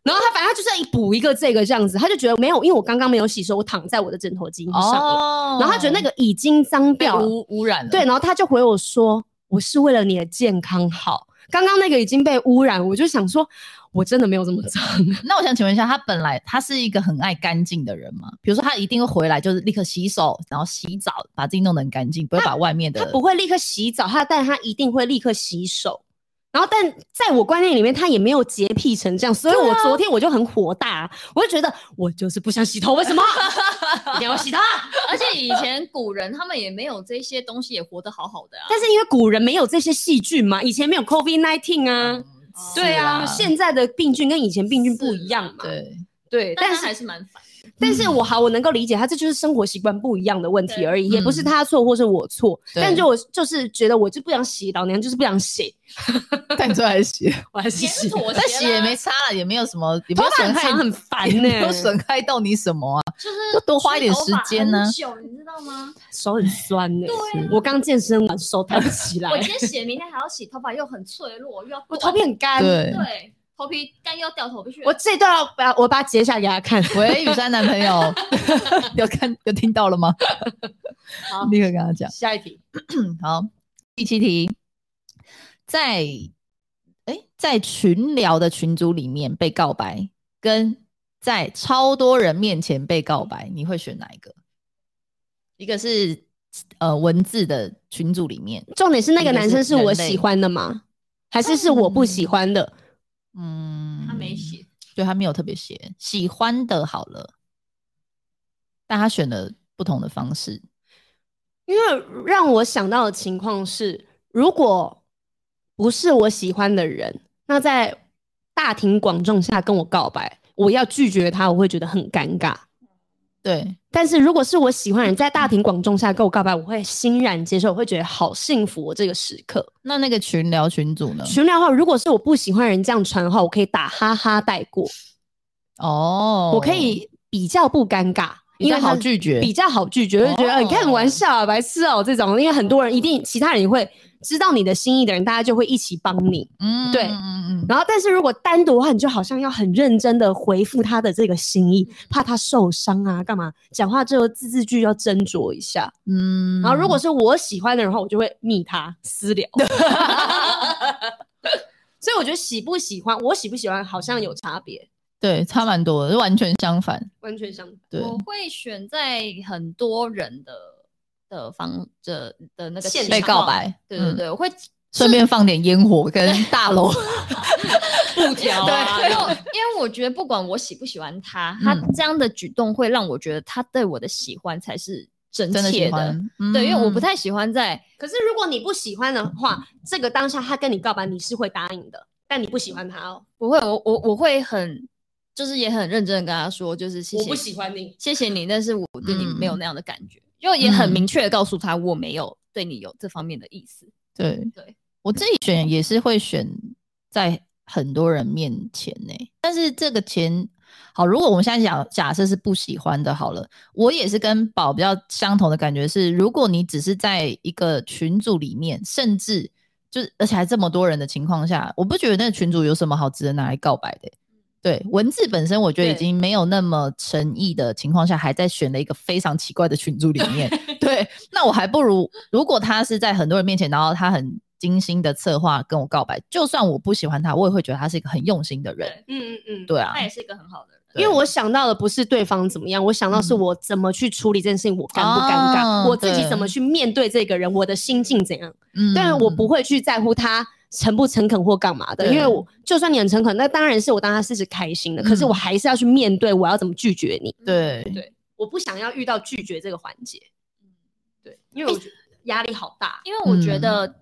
然后他反正他就是要补一个这个这样子，他就觉得没有，因为我刚刚没有洗，所以我躺在我的枕头巾上了。
哦
然后他觉得那个已经脏
被
掉了，
污污染了，
对，，然后他就回我说：“我是为了你的健康好，刚刚那个已经被污染。”我就想说，我真的没有这么脏。
那我想请问一下，他本来他是一个很爱干净的人吗？比如说他一定会回来就是立刻洗手，然后洗澡，把自己弄得很干净，不会把外面的
他不会立刻洗澡，他但他一定会立刻洗手。然后，但在我观念里面，他也没有洁癖成这样，所以我昨天我就很火大、啊我就觉得我就是不想洗头，为什么？你给我洗头啊！
而且以前古人他们也没有这些东西，也活得好好的啊。
但是因为古人没有这些细菌嘛，以前没有 COVID nineteen 啊，
哦是
对啊，现在的病菌跟以前病菌不一样嘛，
对
对，
但
但
是
是
还是蛮烦。
但是我好，我能够理解他，这就是生活习惯不一样的问题
对
而已，也不是
嗯
他错或是我错。
对
但就我就是觉得我就不想洗，老娘就是不想洗，
但你最后还洗，
我还是
也是
洗。
妥协啦
但洗也没差了，也没有什么，也没
头发
有损
很
害
长很烦呢、
也没有损害到你什么啊？
就是
就多花一点时间呢
吹头发很久你知道吗？
手很酸呢、我刚健身完手抬不起来
我，今天洗，明天还要洗，头发又很脆弱，又要
我头皮很干。
对，
对头皮干又要掉头皮屑。
我这段要把我把它截下来给他看。
喂，雨山男朋友， 有看有听到了吗？
好
立刻跟他讲。
下一题，
好，第七题，在哎、在群聊的群组里面被告白，跟在超多人面前被告白，你会选哪一个？一个是呃文字的群组里面，
重点是那个
一个是
男生是我
人类
喜欢的吗？还是是我不喜欢的？
嗯，
他没，洗，
对他没有特别写喜欢的好了，但他选了不同的方式，
因为让我想到的情况是，如果不是我喜欢的人，那在大庭广众下跟我告白，我要拒绝他，我会觉得很尴尬。
对，
但是如果是我喜欢的人，在大庭广众下跟我告白，我会欣然接受，我会觉得好幸福、哦。这个时刻，
那那个群聊群组呢？
群聊的话，如果是我不喜欢的人这样传的话，我可以打哈哈带过，
哦，
我可以比较不尴尬，
比
因
较
为他
好拒绝，
比较好拒绝，就觉得、
哦
呃你开什么玩笑啊，白痴哦、这种，因为很多人一定其他人也会知道你的心意的人，大家就会一起帮你。
嗯，
对
嗯嗯嗯。
然后，但是如果单独的话，你就好像要很认真的回复他的这个心意，怕他受伤啊，干嘛？讲话之后字字句要斟酌一下。
嗯，
然后，如果是我喜欢的人的话，我就会密他私聊。所以我觉得喜不喜欢，我喜不喜欢好像有差别，
对差蛮多的，完全相反。
完全相反。
对，
我会选在很多人的的方的的那个
现
情
被告
况
白，
对对
嗯，
对，我会
顺便放点烟火跟大楼。
不调啊，
因为我因为我觉得不管我喜不喜欢他，他
嗯
这样的举动会让我觉得他对我的喜欢才是真
真的喜
切
欢，嗯
对，因为我不太喜欢在
可是如果你不喜欢的话，这个当下他跟你告白，你是会答应的，但你不喜欢他哦，
不会，我我我会很就是也很认真的跟他说，就是谢
嗯我
谢，
不喜欢你。
谢谢你，但是我对你没有
嗯
那样的感觉，就也很
嗯
明确的告诉他我没有对你有这方面的意思。
对
对。
我自己选也是会选在很多人面前呢、但是这个前好，如果我们现在假假设是不喜欢的，好了，我也是跟宝比较相同的感觉是，如果你只是在一个群组里面，甚至就是而且还这么多人的情况下，我不觉得那个群组有什么好值得拿来告白的欸、对文字本身，我觉得已
对
经没有那么诚意的情况下，还在选了一个非常 奇怪的群组里面，对，那我还不如，如果他是在很多人面前，然后他很精心的策划跟我告白，就算我不喜欢他，我也会觉得他是一个很用心的人。
嗯嗯嗯，
对啊
他，也是一个很好的人。
因为我想到的不是对方怎么样，我想到是我怎么去处理这件事情，我尴不尴尬，
嗯哦
我自己
对
怎么去面对这个人，我的心境怎样。
嗯
当然，我不会去在乎他诚不诚恳或干嘛的，
对
因为我就算你很诚恳，那当然是我当他是是开心的，可是
嗯
我还是要去面对我要怎么拒绝你。
对
我不想要遇到拒绝这个环节，嗯对，因为我觉得压力好大。
因为我觉得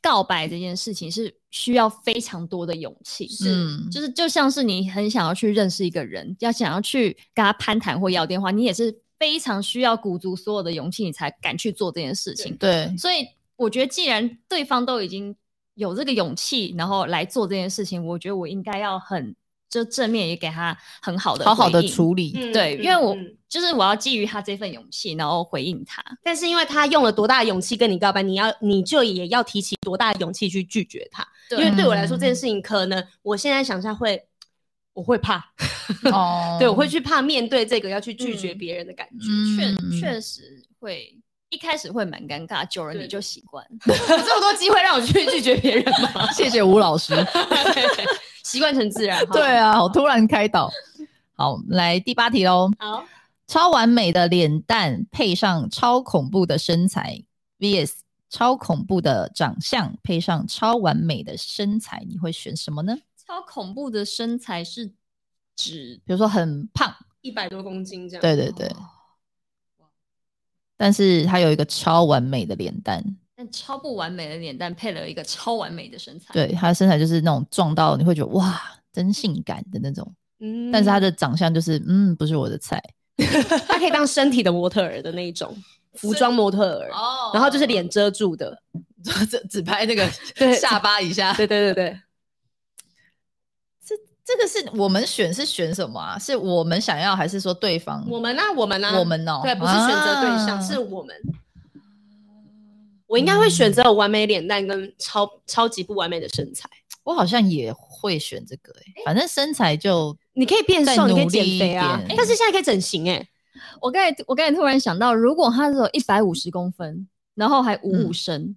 告白这件事情是需要非常多的勇气，
嗯
就是就像是你很想要去认识一个人，要想要去跟他攀谈或要电话，你也是非常需要鼓足所有的勇气，你才敢去做这件事情。
对
所以我觉得，既然对方都已经有这个勇气，然后来做这件事情，我觉得我应该要很就正面也给他很好的
好好的
回应。
处理，
嗯
对，因为我、就是我要基于他这份勇气，然后回应他。
但是因为他用了多大的勇气跟你告白，你要你就也要提起多大的勇气去拒绝他。因为对我嗯来说这件事情，可能我现在想象会，我会怕，
哦
对我会去怕面对这个要去拒绝别人的感觉。
确
嗯
确实会一开始会蛮尴尬，久了你就习惯。
有这么多机会让我 去拒绝别人吗？
谢谢吴老师。
习惯成自然。哈
对，啊，好突然开导。好，来第八题喽。
好，
超完美的脸蛋配上超恐怖的身材，VS 超恐怖的长相配上超完美的身材，你会选什么呢？
超恐怖的身材是指
比如说很胖，
一百多公斤这样。
对对对，
哦
但是他有一个超完美的脸蛋，
但超不完美的脸蛋配了一个超完美的身材。
对他的身材就是那种撞到你会觉得哇，真性感的那种，
嗯
但是他的长相就是嗯，不是我 的菜。
他可以当身体的模特儿的那一 种，服装模特儿，
哦
然后就是脸遮住的。
只只拍那个
对
下巴以下，
对对对对，
这个是我们选是选什么啊？是我们想要还是说对方？
我们呢？啊我们呢？
我们哦，
对，不是选择对象，
啊
是我们。我应该会选择完美脸蛋跟超超级不完美的身材。
我好像也会选这个诶、反正身材就
你可以变
再
瘦，你可以
努
减
力一
肥啊，
点
但是现在可以整形哎、
我刚才我刚才突然想到，如果他只有一百五十公分，然后还五
嗯
五身，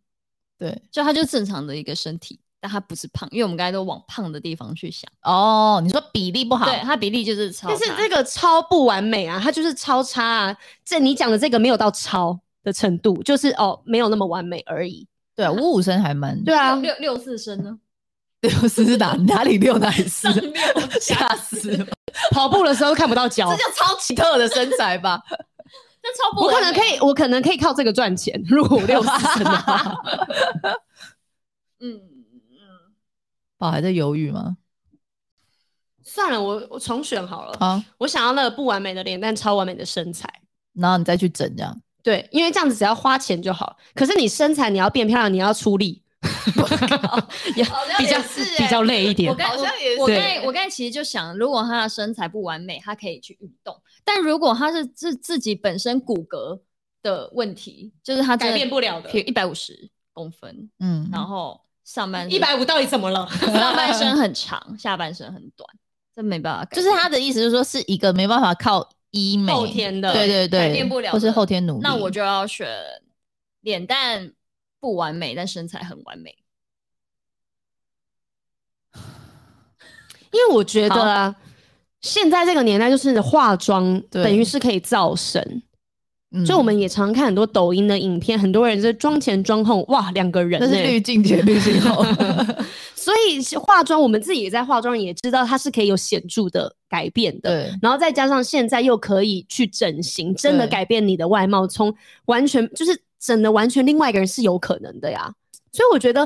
对
就他就正常的一个身体，但他不是胖，因为我们刚才都往胖的地方去想，
哦。你说比例不好，
对，他比例就是超大。
但是这个超不完美啊，它就是超差啊。这你讲的这个没有到超的程度，就是哦没有那么完美而已。
对啊五五身还蛮
对啊，
六六四身呢？
六四是哪哪里六哪里四
上六
吓死了！
跑步的时候看不 到脚
这，叫超奇特的身材吧？
那超不
哦我可
完
能
美
可以，我可能可以靠这个赚钱。如果我六十岁的话，
嗯嗯，
宝还在犹豫吗？
算了，我我重选好了。
好，
我想要那个不完美的脸，但超完美的身材。
然后你再去整这样。
对，因为这样子只要花钱就好。可是你身材你要变漂亮，你要出力，也
哦
像
比较
也是欸
比较累一点
我。刚
好像也
我我
是
刚才我刚才其实就想，如果他的身材不完美，他可以去运动；但如果他是自自己本身骨骼的问题，就是他真的
改变不了的
比如一百五十公分，
嗯，
然后上半
一百五到底怎么了？
上半身很长，下半身很短，这没办法改
就
变。
是他的意思，就是说是一个没办法靠医美
后天的
对对对，
改变不嗯了的
或是后天努力。
那我就要选脸蛋不完美，但身材很完美。
因为我觉得啊，现在这个年代就是化妆
对
等于是可以造神，
嗯
所以我们也常看很多抖音的影片，很多人就是妆前妆后，哇，两个人、
那是
欸。
滤镜前滤镜后，
所以是化妆，我们自己也在化妆，也知道它是可以有显著的改变的。
对
然后再加上现在又可以去整形，真的
对
改变你的外貌，从完全就是整的完全另外一个人是有可能的呀。所以我觉得，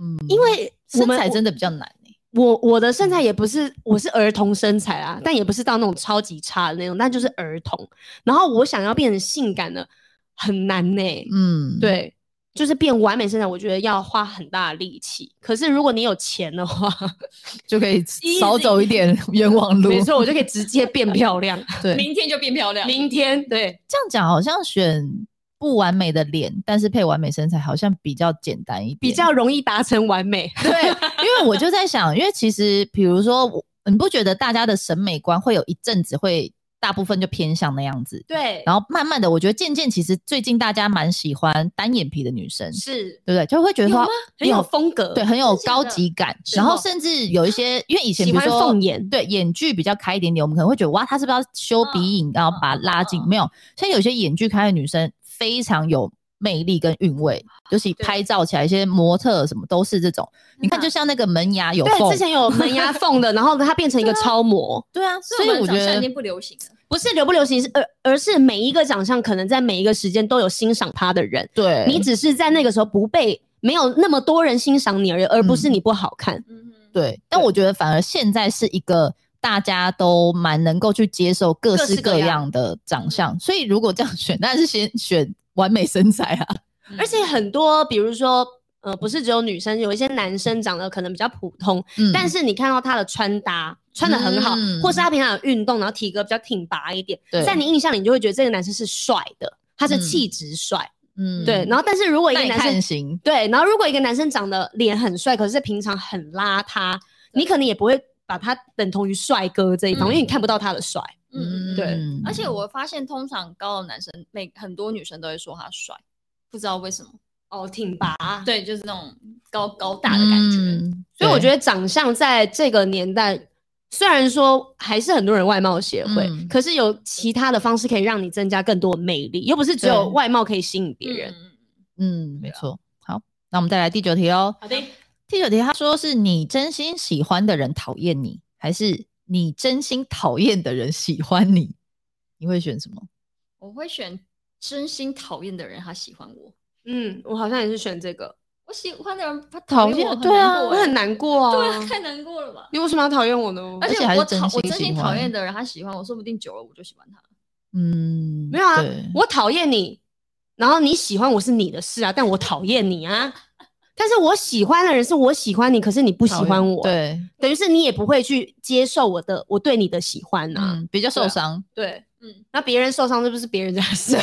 嗯，
因为我
身
们
材真的比较难欸
我我的身材也不是，我是儿童身材啊，但也不是到那种超级差的那种，但就是儿童。然后我想要变成性感的，很难呢、
嗯，
对，就是变完美身材，我觉得要花很大的力气。可是如果你有钱的话，
就可以
Easy
少走一点冤枉路。
没错，我就可以直接变漂亮。
对，啊
明天就变漂亮，
明天对，
这样讲好像选不完美的脸，但是配完美身材好像比较简单一点，
比较容易达成完美。
对，因为我就在想，因为其实比如说我，你不觉得大家的审美观会有一阵子会大部分就偏向那样子。
对，
然后慢慢的，我觉得渐渐其实最近大家蛮喜欢单眼皮的女生，
是
对不对？就会觉得
有吗
说？
很有风格，
对，很有
真的
高级感。
是
然后
哦
甚至有一些，因为以前
喜
比如
欢
说
凤眼，
对眼距比较开一点点，我们可能会觉得哇，她是不是要修鼻
嗯
影，然后把它拉近？没有，现在有些眼距开的女生非常有魅力跟韵味，就是
对
拍照起来一些模特什么都是这种。你
嗯
看，就像那个门牙有
对，
缝
之，前有门牙缝 的，然后它变成一个超模，
对啊，
所
所
以
以
我
我
们
觉
长相已
得
经不流行了。
不是流不流行，是而而是每一个长相可能在每一个时间都有欣赏他的人，
对
你只是在那个时候不被没有那么多人欣赏你而已，而不是你不好看。
嗯哼，
对，但我觉得反而现在是一个大家都蛮能够去接受各
各
式
式各
各
样
样的长相，所以如果这样选，当然是先选完美身材啊。
嗯
而且很多，比如说，呃，不是只有女生，有一些男生长得可能比较普通，
嗯
但是你看到他的穿搭穿的很好，
嗯
或是他平常有运动，然后体格比较挺拔一点，
对
在你印象里你就会觉得这个男生是帅的，他是
嗯
气质帅，
嗯
对。然后，但是如果一个
耐
男生
看型，
对，然后如果一个男生长得脸很帅，可是平常很邋遢，你可能也不会把他等同于帅哥这一方，
嗯
因为你看不到他的帅。
嗯，
对
而且我发现通常高的男生，每很多女生都会说他帅，不知道为什么。
哦，挺拔，对，
对，就是那种高高大的感觉。
嗯
所以我觉
得
得长相在这个年代，虽然说还是很多人外貌协会，
嗯
可是有其他的方式可以让你增加更多的魅力，又不是只有
对
外貌可以吸引别人。
嗯，
嗯，没错。好，那我们再来第九题哦。
好的，
第九题，他说是你真心喜欢的人讨厌你，还是你真心讨厌的人喜欢你？你会选什么？
我会选真心讨厌的人，他喜欢我；
嗯，我好像也是选这个，
我喜欢的人，他
讨
讨厌
厌
我，很
对啊
难过
我很难过
欸对啊，
啊。嗯
太难过了吧？
你为什么要讨厌我呢？
而
且
且
还是
我
真
讨我
心
真
喜
心
欢
讨厌的人，他喜欢我，说不定久了我就喜欢他了。
嗯，
没有啊
对，
我讨厌你，然后你喜欢我是你的事啊，但我讨厌你啊。但是我喜欢的人是我喜欢你，可是你不喜
讨
欢
厌
我，，
对，
等于是你也不会去接受我的我对你的喜欢呐、
嗯，比较
对
受
啊
伤。
对，
嗯，
那别人受伤是不是别人家的事？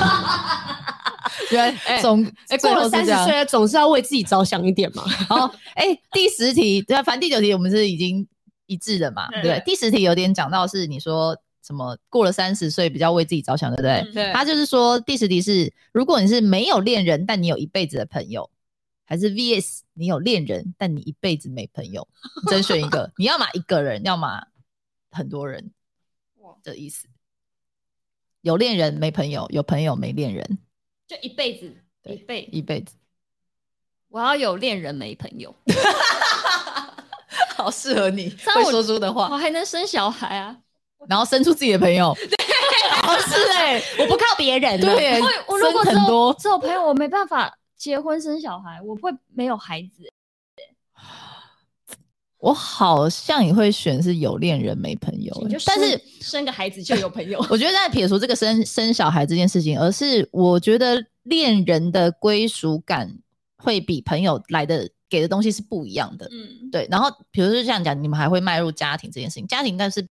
啊 哎
原来啊 总
哎，
最
过
后
了
是
三
这
十
样
岁总是要为自己着想一点嘛。
好，哎、第十题，对啊，反正第九题我们是已经一致的嘛，对
对
不对？第十题有点讲到是你说什么过了三十岁比较为自己着想，对不 对？
嗯
对
他就是说第十题是，如果你是没有恋人，但你有一辈子的朋友，还是 VS 你有恋人，但你一辈子没朋友，你甄选一 个，你要么一个人，要么很多人
哇，
的意思。有恋人没朋友，有朋友没恋人，
就一辈子，
对
一辈
一辈子
我要有恋人没朋友，
好适合你
这样
会
我
说出的话
我。还能生小孩啊！
然后生出自己的朋友。哦，是 哎、
欸我不靠别人啊了，
对耶，
我我如果只
生很
有
多，
只有朋友，我没办法结婚生小孩，我会没有孩子欸。
我好像也会选是有恋人没朋友
你
耶
就，
但
生
是
生个孩子就有朋友，
我觉得在撇除这个生生小孩这件事情，而是我觉得恋人的归属感会比朋友来的给的东西是不一样的。
嗯，
对，然后比如说这样讲，你们还会迈入家庭这件事情，家庭但是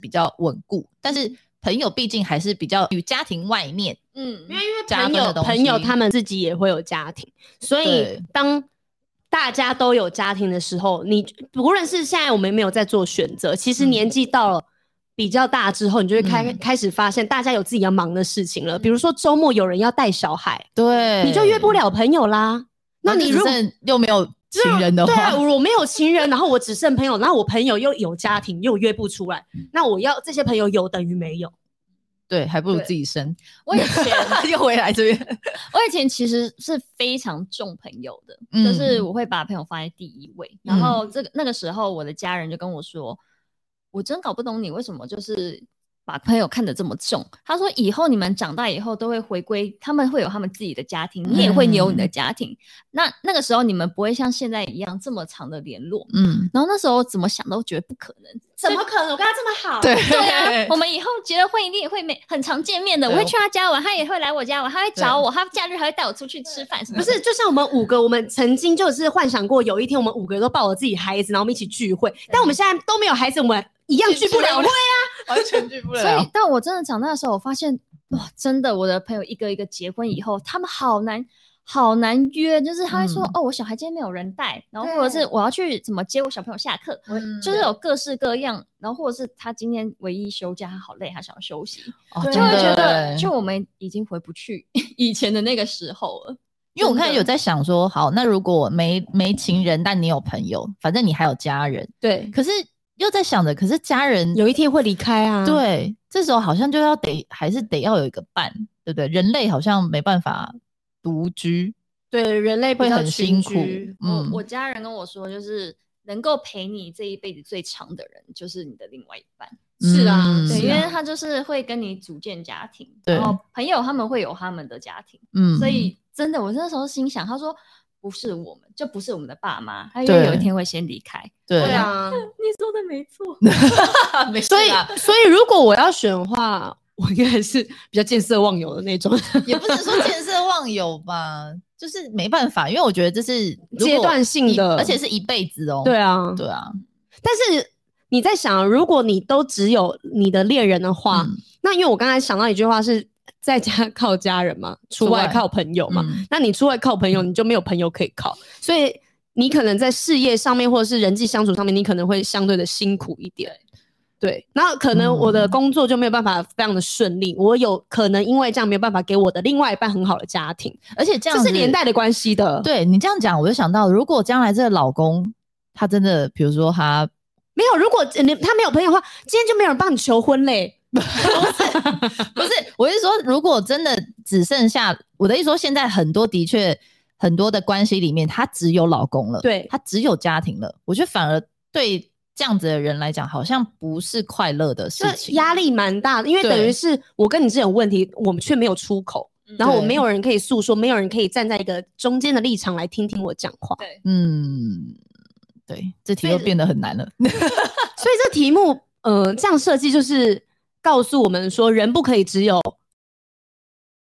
比较稳固，但是朋友毕竟还是比较与家庭外面。
嗯，
因为因为
加
朋
分
友
的东西
朋友他们自己也会有家庭，所以
对
当大家都有家庭的时候，你无论是现在我们没有在做选择，其实
嗯
年纪到了。比较大之后，你就会开、
嗯
开始发现大家有自己要忙的事情了，比如说周末有人要带小孩，
对
你就约不，了朋友啦。那
然后
你
就
如果
只剩又没有情人的
对
话
啊，，我没有情人，然后我只剩朋友，然后我朋友又有家庭，又约不出来，那我要这些朋友有等于没有。
对，还不如
对
自己生。
我以前
又回来这边，
我以前其实是非常重朋友的，
嗯
就是我会把朋友放在第一位。然后这个那个时候，我的家人就跟我说：“我真搞不懂你为什么就是把朋友看得这么重。”他说：“以后你们长大以后都会回归，他们会有他们自己的家庭，你也会
嗯
有你的家庭。那那个时候你们不会像现在一样这么长的联络。”
嗯，
然后那时候怎么想都觉得不可能，
怎么可能？我跟他这么好，
对
对 啊，我们以后结了婚一定也会每很常见面的。
对
我会去他家玩，他也会来我家玩，他会找我，他假日还会带我出去吃饭什么
不
的。
是，就像我们五个，我们曾经就是幻想过，有一天我们五个都抱着自己孩子，然后我们一起聚会。但我们现在都没有孩子，我们一样聚不了会。
完全拒不
所以，当我真的长大的时候，我发现哇，真的，我的朋友一个一个结婚以后，他们好难好难约，就是他会说、
嗯
哦，我小孩今天没有人带，然后
对
或者是我要去怎么接我小朋友下课，
嗯
就是有各式各样，然后或者是他今天唯一休假，他好累，他想要休息，
哦
就
真
会
的
觉得
耶
就我们已经回不去 以前的那个时候了。
因为我看
真的
有在想说，好，那如果没没情人，但你有朋友，反正你还有家人，
对，
可是又在想着，可是家人
有一天会离开啊。，
对，这时候好像就要得还是得要有一个伴，对不对？人类好像没办法独居，
对，人类比
会
较
很
群
辛苦
居
嗯
我我家人跟我说，就是能够陪你这一辈子最长的人，就是你的另外一半。
是啊
嗯
对，
是
因
啊
为他就是会跟你组建家庭，
对
然后朋友他们会有他们的家庭，
嗯
所以真的，我那时候心想，他说不是我们，就不是我们的爸妈，他因
对
为有一天会先离开。
对
对啊，
你说的没错，
所以所以如果我要选的话，我应该还是比较见色忘友的那种
也不是说见色忘友吧，就是没办法，因为我觉得这是如果
阶段性
一
的，
而且是一辈子哦。
对啊，
对啊，
但是你在想，如果你都只有你的恋人的话，
嗯
那因为我刚才想到一句话是在家靠家人嘛，出
出
外
外
靠朋友嘛。
嗯
那你出外靠朋友，你就没有朋友可以靠，所以你可能在事业上面或者是人际相处上面，你可能会相对的辛苦一点。对，那可能我的工作就没有办法非常的顺利，我有可能因为这样没有办法给我的另外一半很好的家庭，
而且这
这
样
是
子
连带的关系的。，
对你这样讲，我就想到，如果将来这个老公他真的，比如说他
没有，如果呃你他没有朋友的话，今天就没有人帮你求婚嘞。
不是，我是说，如果真的只剩下我的意思说，现在很多的确很多的关系里面，他只有老公了，
对
他只有家庭了，我觉得反而对这样子的人来讲，好像不是快乐的事
这
情，
压力蛮大的，因为
对
等于是我跟你这种问题，我们却没有出口，
嗯
然后我
对
没有人可以诉说，没有人可以站在一个中间的立场来听听我讲话，
对
嗯，对，这题又
所以
变得很难了，
所以这题目，呃，这样设计就是告诉我们说，人不可以只有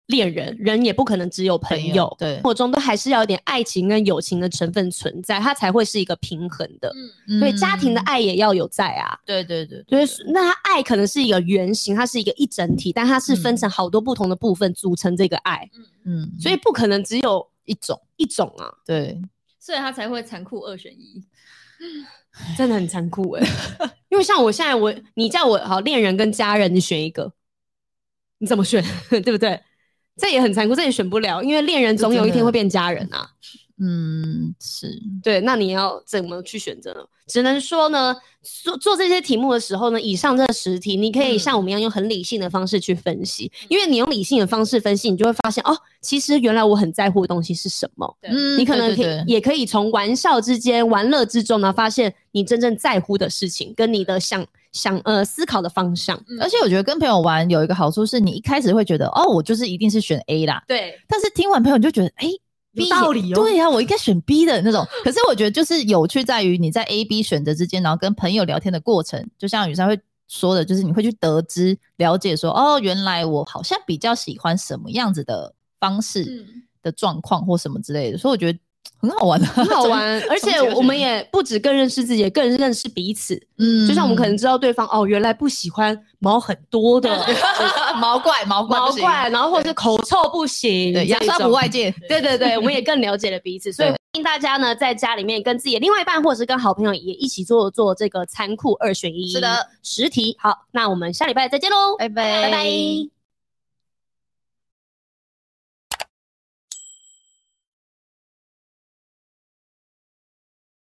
恋人，人也不可能只有朋
朋
友
友，对
生活中都还是要有点爱情跟友情的成分存在，它才会是一个平衡的。
嗯，
所以家庭的
嗯，
爱也要有在啊，
对对对，
所以那它爱可能是一个圆形，它是一个一整体，但它是分成好多不同的部分组成这个爱，
嗯，
所以不可能只有
一种
一种啊，
对，
所以他才会残酷二选一。
真的很残酷哎、 因为像我现在我，你叫我好恋人跟家人，你选一个，你怎么选， 对不对？这也很残酷，这也选不了，因为恋人总有一天会变家人啊。
嗯，是，
对，那你要怎么去选择呢？只能说呢，做做这些题目的时候呢，以上这十题，你可以像我们一样用很理性的方式去分析，因为你用理性的方式分析，你就会发现哦，其实原来我很在乎的东西是什么。
对
嗯，
你可能可以
对对对
也可以从玩笑之间、玩乐之中呢，发现你真正在乎的事情，跟你的想想呃思考的方 向。
而且我觉得跟朋友玩有一个好处是，你一开始会觉得哦，我就是一定是选 A 啦，
对，
但是听完朋友你就觉得，哎、
有
B
道理哦
对啊呀、我应该选 B 的那种。 可是我觉得就是有趣在于你在 A、B 选择之间，然后跟朋友聊天的过程，就像雨珊会说的，就是你会去得知、了解说，哦，原来我好像比较喜欢什么样子的方式
嗯，
的状况或什么之类的，所以我觉得很好玩、啊，
很好，玩，而且
从结
我们
局
也不止更认识自己，也更认识彼此。
嗯
就像我们可 能知道对方哦，原来不喜欢毛很多的，
毛怪 毛怪
毛
不行
怪，然后或者是口臭不行，
对牙
这
刷
种
不外。借，
对对对，我们也更了解了彼此，所以
对
欢迎大家呢在家里面跟自己的另外一半或者是跟好朋友也一起做做这个残酷二选一，
是的，
十题。好，那我们下礼拜再见喽，
拜拜
拜拜